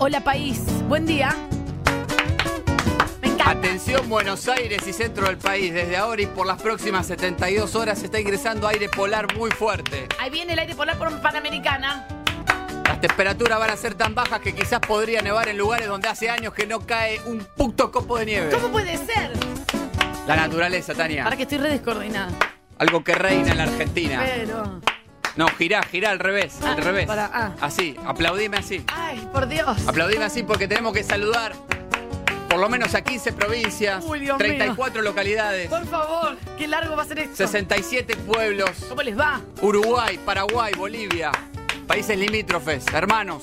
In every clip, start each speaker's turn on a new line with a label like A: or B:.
A: Hola país, buen día. Me encanta.
B: Atención Buenos Aires y centro del país. Desde ahora y por las próximas 72 horas está ingresando aire polar muy fuerte.
A: Ahí viene el aire polar por Panamericana.
B: Las temperaturas van a ser tan bajas que quizás podría nevar en lugares donde hace años que no cae un puto copo de nieve.
A: ¿Cómo puede ser?
B: La naturaleza,
A: Para
B: Tania.
A: que estoy re descoordinada.
B: Algo que reina en la Argentina.
A: Pero.
B: No, girá, girá al revés, al
A: Eh. Ah,
B: revés.
A: para, ah.
B: Así, aplaudime así.
A: Ay, por Dios.
B: Aplaudime así porque tenemos que saludar por lo menos a 15 provincias,
A: Uy, Dios mío.
B: 34 localidades,
A: Por favor, qué largo va a ser esto.
B: 67 pueblos.
A: ¿Cómo les va?
B: Uruguay, Paraguay, Bolivia, países limítrofes, hermanos.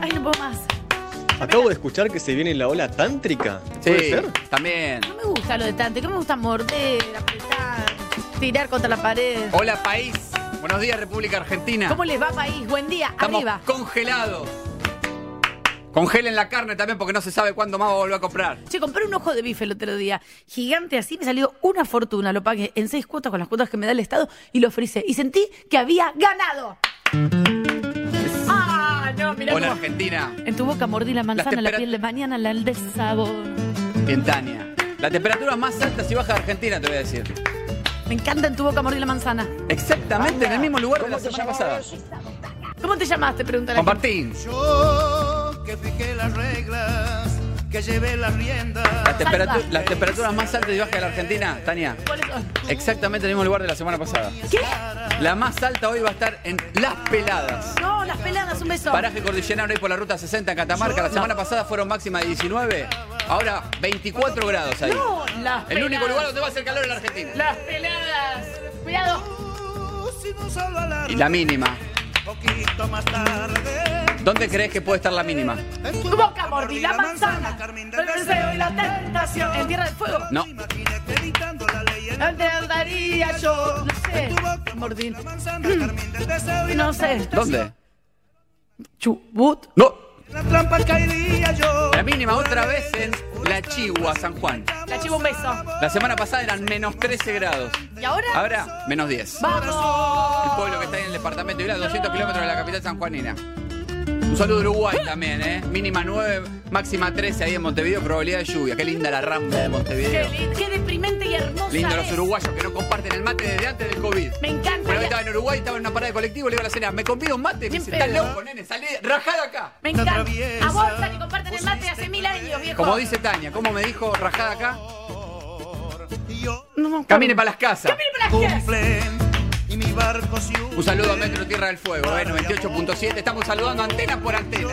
A: Ay, no puedo más.
C: Acabo de escuchar que se viene la ola tántrica. ¿Puede ser?
B: también.
A: No me gusta lo de tanto, que me gusta morder, apretar, tirar contra la pared.
B: Hola, país. Buenos días, República Argentina.
A: ¿Cómo les va país? Buen día.
B: Estamos
A: Arriba.
B: congelados. Congelen la carne también porque no se sabe cuándo más va a volver a comprar.
A: Che, compré un ojo de bife el otro día, gigante así, me salió una fortuna, lo pagué en seis cuotas con las cuotas que me da el Estado y lo ofrecé. Y sentí que había ganado. ¡Ah, no, mirá
B: Hola,
A: cómo-
B: Argentina.
A: En tu boca mordí la manzana, la
B: temperat-
A: piel de mañana, la del sabor.
B: Bien, Tania. La temperatura más alta y baja de Argentina, te voy a decir.
A: Me encanta en tu boca mordí la manzana.
B: Exactamente en el mismo lugar de la semana pasada.
A: ¿Cómo te llamaste? Pregunta la gente.
B: Compartín.
D: Yo que fijé las reglas, que llevé las riendas.
B: Las temperatu- las temperaturas más altas y bajas de la Argentina, Tania.
A: ¿Cuáles son?
B: Exactamente en el mismo lugar de la semana pasada.
A: ¿Qué?
B: La más alta hoy va a estar en Las Peladas.
A: No, las peladas, un beso.
B: Paraje cordillerano ahí por la ruta 60 en Catamarca. La semana pasada fueron máxima de 19, ahora 24 grados ahí.
A: No, las
B: El único
A: peladas.
B: lugar donde va a hacer calor en la Argentina.
A: Las peladas. Cuidado.
D: Si no solo alarma,
B: Y la mínima.
D: poquito más tarde.
B: ¿Dónde crees que puede estar la mínima?
D: En
A: Tu boca mordí la manzana.
D: Carmín
A: El
D: del
A: deseo y
D: deseo.
A: la tentación. En tierra de fuego.
B: No.
D: Imaginé que editando la ley en
A: ¿Dónde andaría yo? No sé.
D: tu boca
A: Mordí.
D: la manzana, Carmín del deseo y
A: No sé.
B: ¿Dónde?
A: Chubut.
B: No.
D: la trampa caería yo.
B: La mínima otra vez en La Chigua, San Juan.
A: La chivo un beso.
B: La semana pasada eran menos 13 grados.
A: ¿Y ahora?
B: Ahora, menos 10.
A: ¡Vamos!
B: El pueblo que está ahí en el departamento de a 200 kilómetros de la capital sanjuanina. Un saludo a Uruguay también, ¿eh? Mínima 9, máxima 13 ahí en Montevideo, probabilidad de lluvia. Qué linda la rambla de
A: Qué,
B: Montevideo.
A: lin- qué deprimente y hermosa.
B: Lindo los
A: es.
B: uruguayos que no comparten el mate desde antes del COVID.
A: Me encanta.
B: Una vez estaba en Uruguay, estaba en una parada de colectivo, le digo a la cena, me convido un mate, me
A: Bien
B: dice, estás
A: pedo.
B: loco, nene, salí, rajada acá.
A: Me encanta.
D: Atraviesa.
A: A vos, Dani, comparten el mate hace mil años, viejo.
B: Como dice Tania, ¿cómo me dijo rajada acá?
D: Y yo
A: No, no,
B: Camine para las casas.
A: Camine para las casas.
D: cumple y mi barco se hunde.
B: Un saludo a Metro Tierra del Fuego, eh, 98.7. Estamos saludando antena por antena.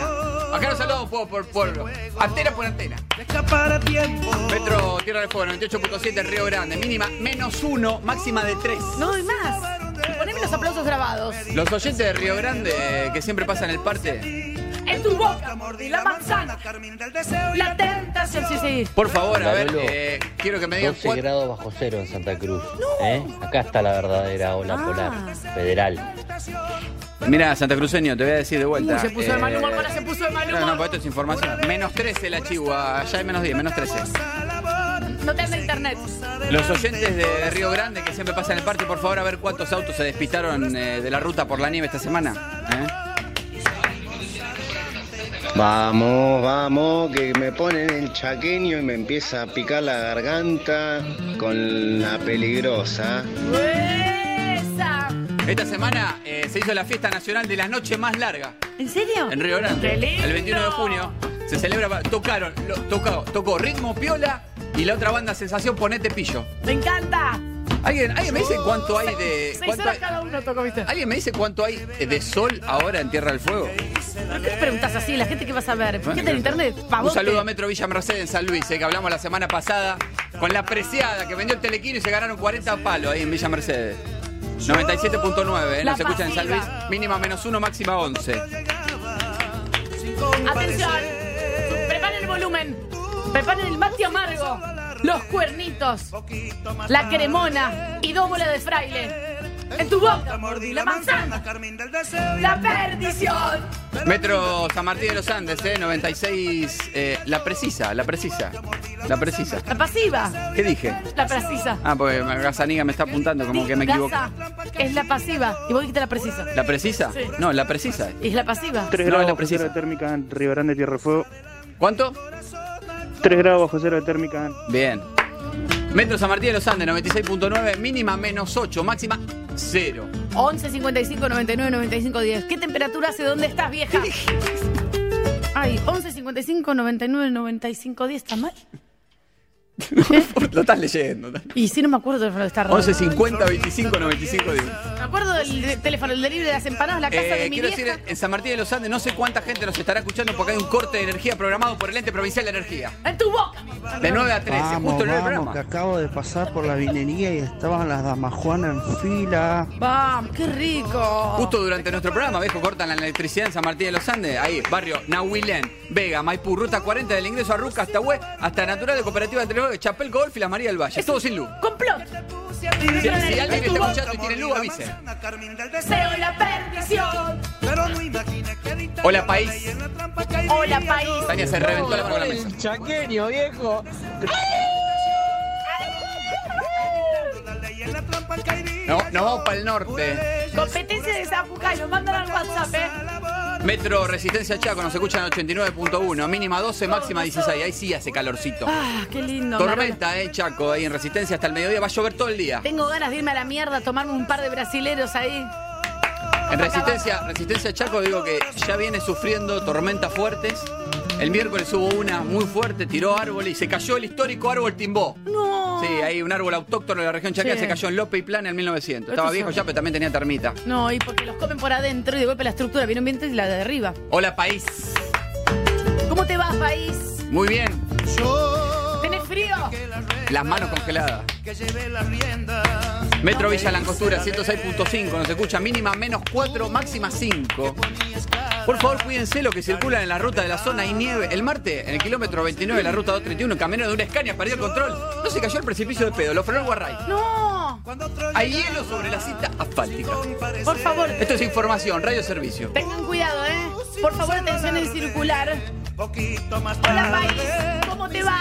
B: Acá nos saludamos pueblo por pueblo. Antena por antena.
D: de escapar a tiempo.
B: Metro Tierra del Fuego, 98.7 en Río Grande. Mínima menos uno, máxima de tres.
A: No doy más. Poneme los aplausos grabados.
B: Los oyentes de Río Grande eh, que siempre pasan el parte,
A: En tu boca mordí la manzana.
D: Carmín del deseo y
A: La tentación. Sí, sí.
B: por favor, a
E: Hola,
B: ver,
E: Lolo.
B: eh, quiero que me digan
E: 12
B: cuánto.
E: grados bajo cero en Santa Cruz. ¿eh? Acá está la verdadera ola
A: Ah.
E: polar federal.
B: Mira, Santa Cruceño, te voy a decir de vuelta. eh,
A: Uy, Uh, se puso de mal humor, ahora se puso de mal humor.
B: No, no, pues esto es información. Menos 13 la Chihuahua, allá hay menos 10, menos 13.
A: No te anda internet.
B: Los oyentes de Río Grande que siempre pasan el parte, por favor, a ver cuántos autos se despistaron eh, de la ruta por la nieve esta semana. ¿eh?
F: Vamos, vamos, que me ponen el chaqueño y me empieza a picar la garganta con la peligrosa.
A: ¡Esa!
B: Esta semana eh, se hizo la fiesta nacional de la noche más larga
A: ¿En serio?
B: en Río Grande.
A: ¡Qué lindo!
B: El 21 de junio se celebra. pa- Tocaron, lo- tocó, tocó Ritmo Piola y la otra banda Sensación Ponete Pillo.
A: ¡Me encanta!
B: ¿Alguien, alguien me dice cuánto hay de.
A: Seis
B: cuánto
A: horas
B: hay-
A: cada uno tocó, ¿viste?
B: ¿Alguien me dice cuánto hay de sol ahora en Tierra del Fuego?
A: ¿Por qué le preguntas así a la gente que vas a ver?
B: Bueno,
A: Gente en
B: creo-
A: internet,
B: Un
A: pavote.
B: saludo a Metro Villa Mercedes en San Luis, eh, que hablamos la semana pasada con la preciada que vendió el telequino y se ganaron 40 palos ahí en Villa Mercedes. 97.9, eh,
A: La
B: nos escuchan en San Luis.
A: pasiva.
B: Mínima menos uno, máxima 11.
A: Atención. Preparen el volumen. Preparen el mate amargo. Los cuernitos. La cremona. Y dos bolas de fraile. En tu boca mordí la manzana.
D: Carmín del deseo y
A: La perdición.
B: Metro San Martín de los Andes, ¿eh? 96. eh, la precisa, la precisa. La precisa.
A: La pasiva.
B: ¿Qué dije?
A: La precisa.
B: Ah, porque Gazaniga me está apuntando, como que me equivoqué.
A: Gaza, es la pasiva. Y vos dijiste la precisa.
B: ¿La precisa?
A: Sí.
B: No, la precisa.
A: Es la pasiva.
G: 3
B: No, la
G: grados bajo cero
B: precisa.
G: de térmica en Río Grande, Tierra del Fuego.
B: ¿Cuánto?
G: 3 grados bajo cero de térmica en
B: Bien. Metro San Martín de los Andes, 96.9, mínima menos 8, máxima 0.
A: 11 55 99 95 10. ¿Qué temperatura hace? ¿Dónde estás, vieja? Ay, 11 55 99 95 10. ¿Está mal?
B: Lo estás leyendo. ¿no?
A: Y si no me acuerdo del teléfono de esta radio.
B: 11 50 25 95 digo.
A: Me acuerdo del de- teléfono, el delivery de las empanadas, la casa
B: Eh,
A: de mi
B: quiero
A: vieja.
B: decir, en San Martín de los Andes no sé cuánta gente nos estará escuchando porque hay un corte de energía programado por el ente provincial de energía.
A: ¡En tu boca!
B: De 9 a 13, justo en el programa.
H: acabo de pasar por la vinería y estaban las damajuanas en fila.
A: ¡Vamos! ¡Qué rico!
B: Justo durante nuestro programa, viejo, cortan la electricidad en San Martín de los Andes. Ahí, barrio Nahuilén, Vega, Maipú, Ruta 40, del ingreso a Ruca hasta Hue, hasta Natural de Cooperativa de Telegrafía, Chapel Golf y la María del Valle. Todo sin luz.
A: ¡Complot!
B: Si, si alguien que está escuchando y tiene luz, avise.
A: ¡Deseo y la perdición!
B: Hola, país.
A: ¡Hola, país!
B: Tania se reventó la mano en la mesa.
H: Chaqueño, viejo.
B: No, nos vamos para el norte.
A: Competencia de Zapuca, lo mandan al WhatsApp, ¿eh?
B: Metro Resistencia Chaco, nos escuchan en 89.1, mínima 12, máxima 16. Ahí sí hace calorcito.
A: ¡Ah, qué lindo! Marola.
B: Tormenta, eh, Chaco, ahí en Resistencia hasta el mediodía. Va a llover todo el día.
A: Tengo ganas de irme a la mierda a tomarme un par de brasileros ahí.
B: En Resistencia, Resistencia Chaco digo que ya viene sufriendo tormentas fuertes. El miércoles hubo una muy fuerte, tiró árboles y se cayó el histórico árbol Timbó.
A: ¡No!
B: Sí, hay un árbol autóctono de la región chaqueña
A: Sí.
B: se cayó en López y Plana en 1900.
A: Pero
B: Estaba
A: tú
B: viejo
A: sabes.
B: ya, pero también tenía termita.
A: No, y porque los comen por adentro y de golpe la estructura viene un viento y la derriba.
B: Hola, país.
A: ¿Cómo te vas, país?
B: Muy bien.
A: ¿Tenés frío?
B: Las manos congeladas.
D: Que lleve las riendas.
B: Metro Villa Langostura, 106.5. Nos escucha mínima menos 4, máxima 5. Por favor, cuídense lo que circulan en la ruta de la zona y nieve. El martes, en el kilómetro 29 de la ruta 231, un camionero de una escaña perdió el control. No se cayó al precipicio de pedo, lo frenó el guarray.
A: ¡No!
B: Hay hielo sobre la cinta asfáltica.
A: Por favor,
B: Esto es información, radio servicio.
A: tengan cuidado, ¿eh? Por favor, atención en circular.
D: Poquito más
A: Hola,
D: tarde.
A: país. ¿Cómo te va?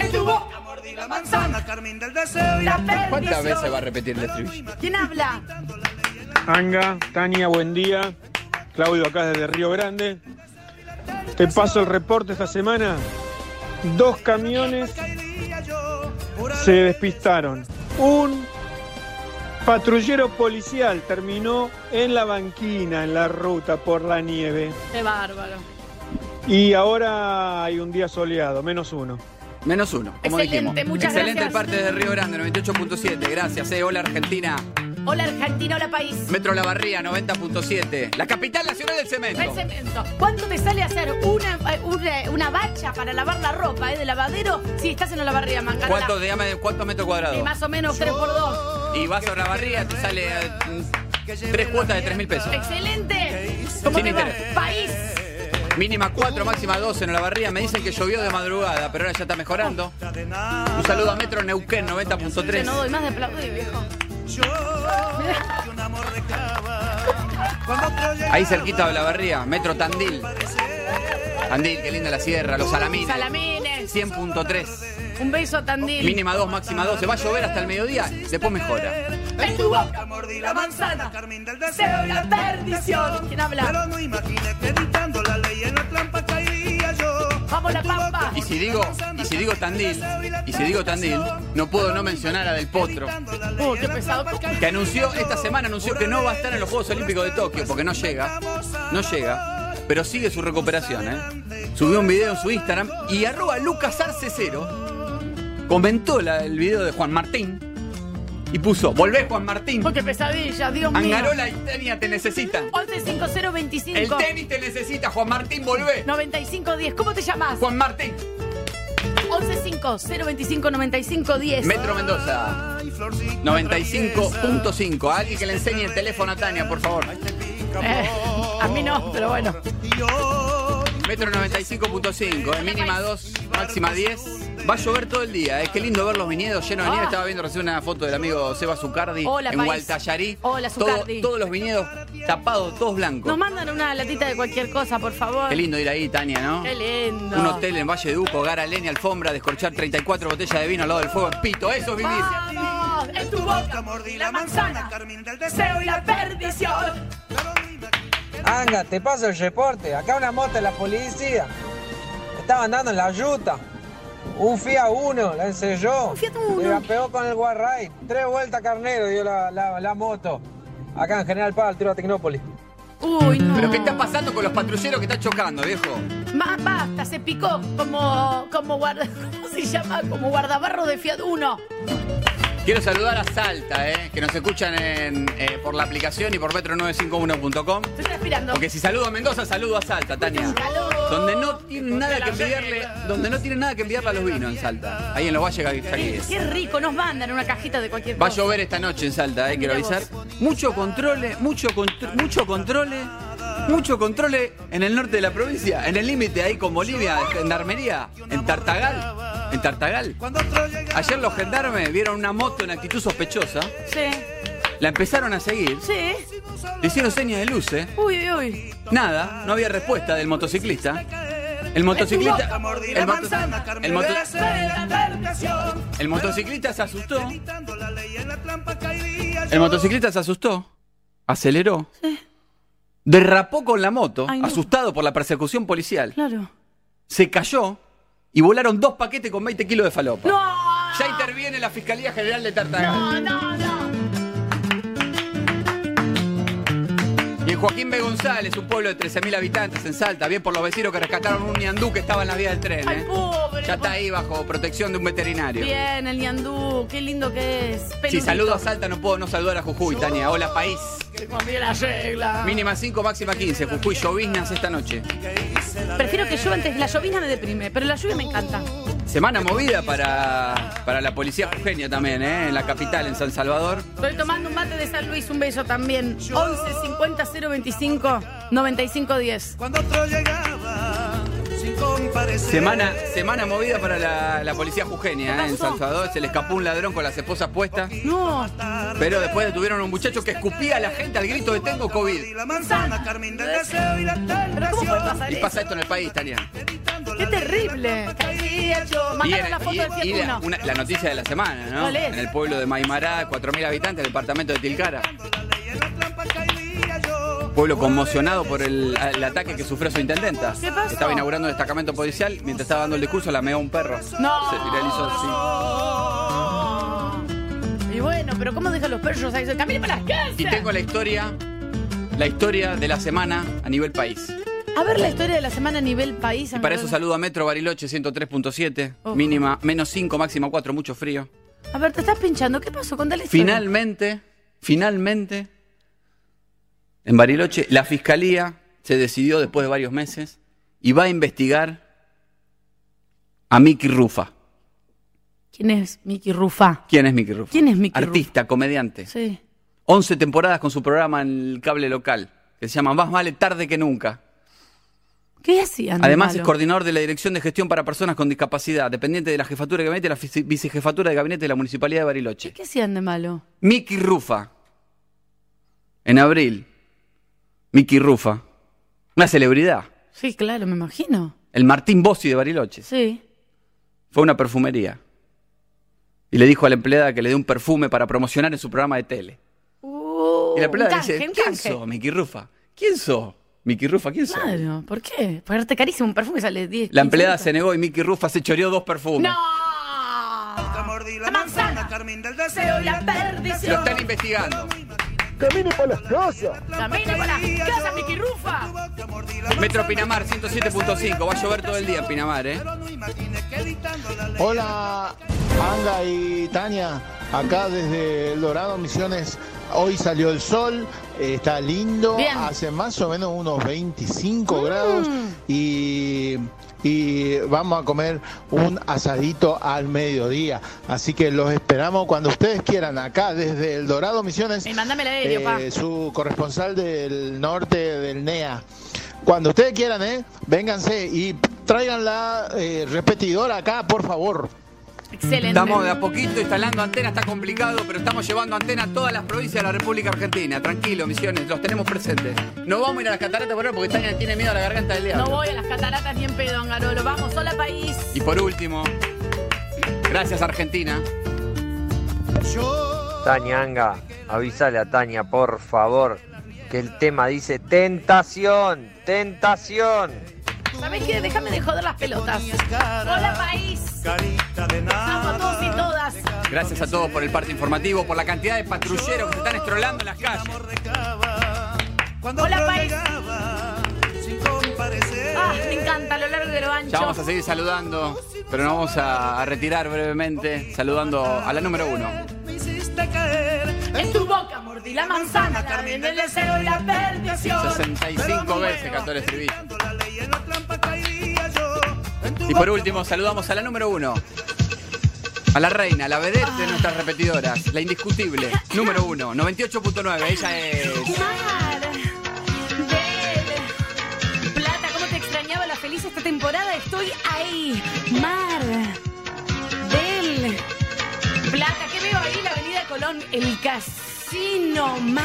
A: En tu boca mordí la manzana.
D: Manzana, Carmen del deseo y
A: La
B: ¿Cuántas
A: perdición.
B: veces va a repetir el estribillo?
A: ¿Quién habla?
I: Anga, Tania, buen día. Claudio acá desde Río Grande. Te paso el reporte esta semana. Dos camiones se despistaron. Un patrullero policial terminó en la banquina, en la ruta por la nieve.
A: Qué bárbaro.
I: Y ahora hay un día soleado, menos uno.
B: Menos uno, como
A: Excelente,
B: dijimos.
A: muchas
B: Excelente
A: gracias.
B: el parte de Río Grande, 98.7. Gracias, eh. Hola, Argentina.
A: Hola, Argentina. Hola, país.
B: Metro La Barría, 90.7. La capital nacional del cemento.
A: El cemento. ¿Cuánto te sale hacer una, una, una bacha para lavar la ropa eh, de lavadero si estás en la barriga manga?
B: ¿Cuántos, de, ama- ¿Cuántos metros cuadrados?
A: Y más o menos 3x2.
B: Y vas a la barría, te sale eh, mm, tres cuotas de 3 mil pesos.
A: ¡Excelente! ¿Cómo
B: Sin
A: te va?
B: interés.
A: ¡País!
B: Mínima 4, máxima 12 en la barría. Me dicen que llovió de madrugada, pero ahora ya está mejorando. Un saludo a Metro Neuquén,
A: Yo no
B: 90.3.
A: doy más de aplaudir, viejo.
D: que un amor recaba. Cuando otro llegaba,
B: Ahí cerquita de la barría, Metro Tandil. Tandil, qué linda la sierra, los salamines.
A: Uh, Salamines.
B: 100.3.
A: Un beso a Tandil.
B: Mínima 2, máxima 12. Va a llover hasta el mediodía, después mejora.
A: En tu boca
D: mordí
A: la manzana.
D: Carmen del
A: se
D: deseo
A: ve la perdición. ¿Quién habla?
D: Pero no imaginé que evitando la ley en la trampa caería yo.
A: Vamos la pampa.
B: Y si digo, y si digo Tandil, y si digo Tandil, no puedo no mencionar a Del Potro.
A: Oh, qué pesado.
B: que anunció, esta semana anunció que no va a estar en los Juegos Olímpicos de Tokio, porque no llega, no llega, pero sigue su recuperación, ¿eh? Subió un video en su Instagram y arroba Lucas Arce Cero comentó la- el video de Juan Martín y puso, volvé Juan Martín,
A: Oh, qué pesadilla, Dios mío.
B: Angarola y Tania te necesitan.
A: 115025.
B: El tenis te necesita, Juan Martín, volvé.
A: 9510. ¿Cómo te llamas?
B: Juan Martín,
A: 1150259510.
B: Metro Mendoza. 95.5. A alguien que le enseñe el teléfono a Tania, por favor.
A: Eh, a mí no, pero bueno.
B: Metro 95.5, eh, mínima 2, máxima 10. Va a llover todo el día, es que lindo ver los viñedos llenos de nieve.
A: Ah.
B: Estaba viendo recién una foto del amigo Seba Zucardi
A: Hola,
B: en
A: país.
B: Gualtallarí.
A: Hola,
B: Todo-
A: Zucardi.
B: todos los viñedos tapados, todos blancos.
A: Nos mandan una latita de cualquier cosa, por favor.
B: Qué lindo ir ahí, Tania, ¿no?
A: Qué lindo.
B: Un hotel en Valle de Uco, gara leña, alfombra, descorchar 34 botellas de vino al lado del fuego en pito. Eso es vivir.
A: Vamos, en tu boca mordí la manzana,
D: Carmín del
A: deseo y la perdición.
J: Anga, te paso el reporte. Acá una moto de la policía. Estaban dando en la yuta. Un FIA 1, la enselló.
A: Un Fiat Uno.
J: Le la pegó con el Guarray. Tres vueltas carnero dio la, la- la moto. Acá en General Paz, al tiro a Tecnópolis.
A: Uy, no.
B: ¿Pero qué está pasando con los patrulleros que están chocando, viejo?
A: Ma- basta, se picó como, como guarda, ¿cómo se llama? Como guardabarro de Fiat 1.
B: Quiero saludar a Salta, eh, que nos escuchan en, eh, por la aplicación y por metro951.com.
A: Estoy transpirando.
B: Porque si saludo a Mendoza, saludo a Salta, Tania.
A: Calor.
B: Donde no tienen nada que enviarle, donde no tienen nada que enviarle a los vinos en Salta. Ahí en los valles
A: Qué,
B: Jaguíes.
A: qué rico, nos mandan una cajita de cualquier
B: Va a
A: cosa.
B: llover esta noche en Salta, eh, quiero
A: Mirá
B: avisar. Mucho controle, mucho contr- mucho controle, mucho controle en el norte de la provincia, en el límite ahí con Bolivia, en Gendarmería, en Tartagal, en Tartagal. Ayer los gendarmes vieron una moto en actitud sospechosa,
A: Sí,
B: la empezaron a seguir,
A: sí.
B: le hicieron señas de luces,
A: Uy, uy, uy.
B: nada, no había respuesta del motociclista. El motociclista, el, moto- el moto- el motociclista se asustó. El motociclista se asustó, aceleró, derrapó con la moto,
A: Ay, no.
B: asustado por la persecución policial,
A: Claro.
B: se cayó y volaron dos paquetes con 20 kilos de falopa.
A: ¡No!
B: Ya interviene la Fiscalía General de Tartagal.
A: No, no, no.
B: Y en Joaquín B. González, un pueblo de 13.000 habitantes en Salta, bien por los vecinos que rescataron un ñandú que estaba en la vía del tren.
A: Ay,
B: ¿eh?
A: pobre.
B: Ya está ahí bajo protección de un veterinario.
A: Bien, el ñandú, qué lindo que es.
B: Si
A: Peludito.
B: saludo a Salta, no puedo no saludar a Jujuy, Tania. Hola, país.
A: Cambié la regla.
B: Mínima 5, máxima 15. Jujuy, lloviznas esta noche.
A: Prefiero que llueva antes. La llovizna me deprime, pero la lluvia me encanta.
B: Semana movida para, para la policía jujeña también, ¿eh? en la capital, en San Salvador.
A: Estoy tomando un mate de San Luis, un beso también. 11 50 025 95 10.
D: Cuando otro llegaba sin comparecer.
B: Semana, semana movida para la, la policía jujeña ¿eh? en
A: pasó?
B: San Salvador. Se le escapó un ladrón con las esposas puestas,
A: No,
B: pero después detuvieron a un muchacho que escupía a la gente al grito de tengo COVID.
D: La manzana, Carmín del deseo y la
A: pero ¿cómo puede
D: tentación.
A: pasar
B: Y
A: eso?
B: pasa esto en el país, Tania.
A: ¡Qué terrible!
B: Y,
A: Mandaron
B: en-
A: la foto
B: y-
A: del Fiat
B: y la,
A: Uno.
B: una- la noticia de la semana, ¿no?
A: ¿Cuál es?
B: En el pueblo de Maimará, 4.000 habitantes, el departamento de Tilcara. Pueblo conmocionado por el, el ataque que sufrió su intendenta.
A: ¿Qué pasó?
B: Estaba inaugurando un destacamento policial, mientras estaba dando el discurso la meó un perro.
A: No.
B: Se viralizó así.
A: Y bueno, pero ¿cómo dejan los perros ahí? ¡Caminen para las casas!
B: Y tengo la historia, la historia de la semana a nivel país.
A: A ver la historia de la semana a nivel país.
B: Y para eso saludo a Metro Bariloche 103.7,
A: Ojo.
B: mínima menos 5, máxima 4, mucho frío.
A: A ver, te estás pinchando. ¿Qué pasó? Contale la historia.
B: Finalmente, finalmente, en Bariloche, la fiscalía se decidió después de varios meses y va a investigar a Miki Rufa.
A: ¿Quién es Miki Rufa?
B: ¿Quién es Miki Rufa?
A: ¿Quién es Miki Rufa?
B: Artista, comediante.
A: Sí.
B: 11 temporadas con su programa en el cable local, que se llama Más vale tarde que nunca.
A: ¿Qué hacían? de
B: Además,
A: malo?
B: es coordinador de la Dirección de Gestión para Personas con Discapacidad, dependiente de la Jefatura de Gabinete y la Vice- Vicejefatura de Gabinete de la Municipalidad de Bariloche.
A: ¿Qué hacían de malo?
B: Mickey Rufa. En abril. Mickey Rufa. Una celebridad.
A: Sí, claro, me imagino.
B: El Martín Bossi de Bariloche.
A: Sí.
B: Fue a una perfumería. Y le dijo a la empleada que le dé un perfume para promocionar en su programa de tele.
A: Uh,
B: Y la
A: un
B: empleada
A: canje,
B: dice,
A: un
B: ¿quién
A: canje.
B: sos, Mickey Rufa? ¿Quién sos? Mickey Rufa, ¿quién sos?
A: Claro, ¿por qué? Pagarte carísimo un perfume sale 10.
B: La
A: 15
B: empleada
A: lucas.
B: se negó y Mickey Rufa se choreó dos perfumes.
A: ¡No!
D: Mordí la manzana, Carmín del deseo
A: Pero
D: y
A: la
D: la
B: Lo
A: perdición.
B: están investigando.
A: Camine con las casas, Miki Rufa.
B: Metro Pinamar 107.5. Va a llover todo el día en Pinamar, ¿eh?
K: Hola, Anga y Tania, acá desde El Dorado Misiones. Hoy salió el sol, eh, está lindo,
A: Bien. Mm.
K: hace más o menos unos 25 grados y, y vamos a comer un asadito al mediodía. Así que los esperamos cuando ustedes quieran, acá desde El Dorado Misiones,
A: Y mándame el aéreo,
K: eh,
A: pa.
K: su corresponsal del norte del NEA. Cuando ustedes quieran, ¿eh? vénganse y traigan la eh, repetidora acá, por favor.
A: Excelente.
B: Estamos de a poquito instalando antenas, está complicado, pero estamos llevando antenas a todas las provincias de la República Argentina. Tranquilo, misiones, los tenemos presentes. No vamos a ir a las cataratas por ahora porque Tania tiene miedo a la garganta del diablo.
A: No voy a las cataratas ni en pedo, Angarolo. Vamos, hola país.
B: Y por último, gracias Argentina.
E: Tania Anga, avísale a Tania, por favor, que el tema dice tentación, tentación.
A: ¿Sabés qué? Déjame de joder las pelotas. Hola país. Amo a todos y todas.
B: Gracias a todos por el parte informativo, por la cantidad de patrulleros que se están estrolando en las calles.
A: Hola país. Ah, me encanta, a lo largo de lo ancho.
B: Ya vamos a seguir saludando, pero nos vamos a, a retirar brevemente saludando a la número uno.
A: En tu boca mordí la manzana, la veneno, el deseo y la perdición.
B: 65 veces cantó el estribillo. Y por último, saludamos a la número uno. A la reina, la vedette de nuestras repetidoras, la indiscutible, número uno, 98.9, ella es...
A: Mar, Bel, Plata, ¿cómo te extrañaba la feliz esta temporada? Estoy ahí. Mar, Del, Plata, ¿qué veo ahí? La Avenida Colón, el casino. Mar,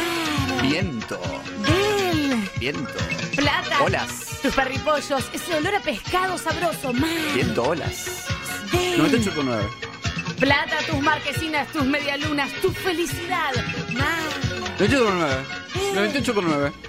B: Viento,
A: Del,
B: viento,
A: Plata.
B: Olas.
A: Tus parripollos, ese olor a pescado sabroso. Mar,
B: viento, olas.
A: Del,
B: 98.9.
A: Plata, tus marquesinas, tus medialunas, tu felicidad. Mar,
B: 98.9. 98.9.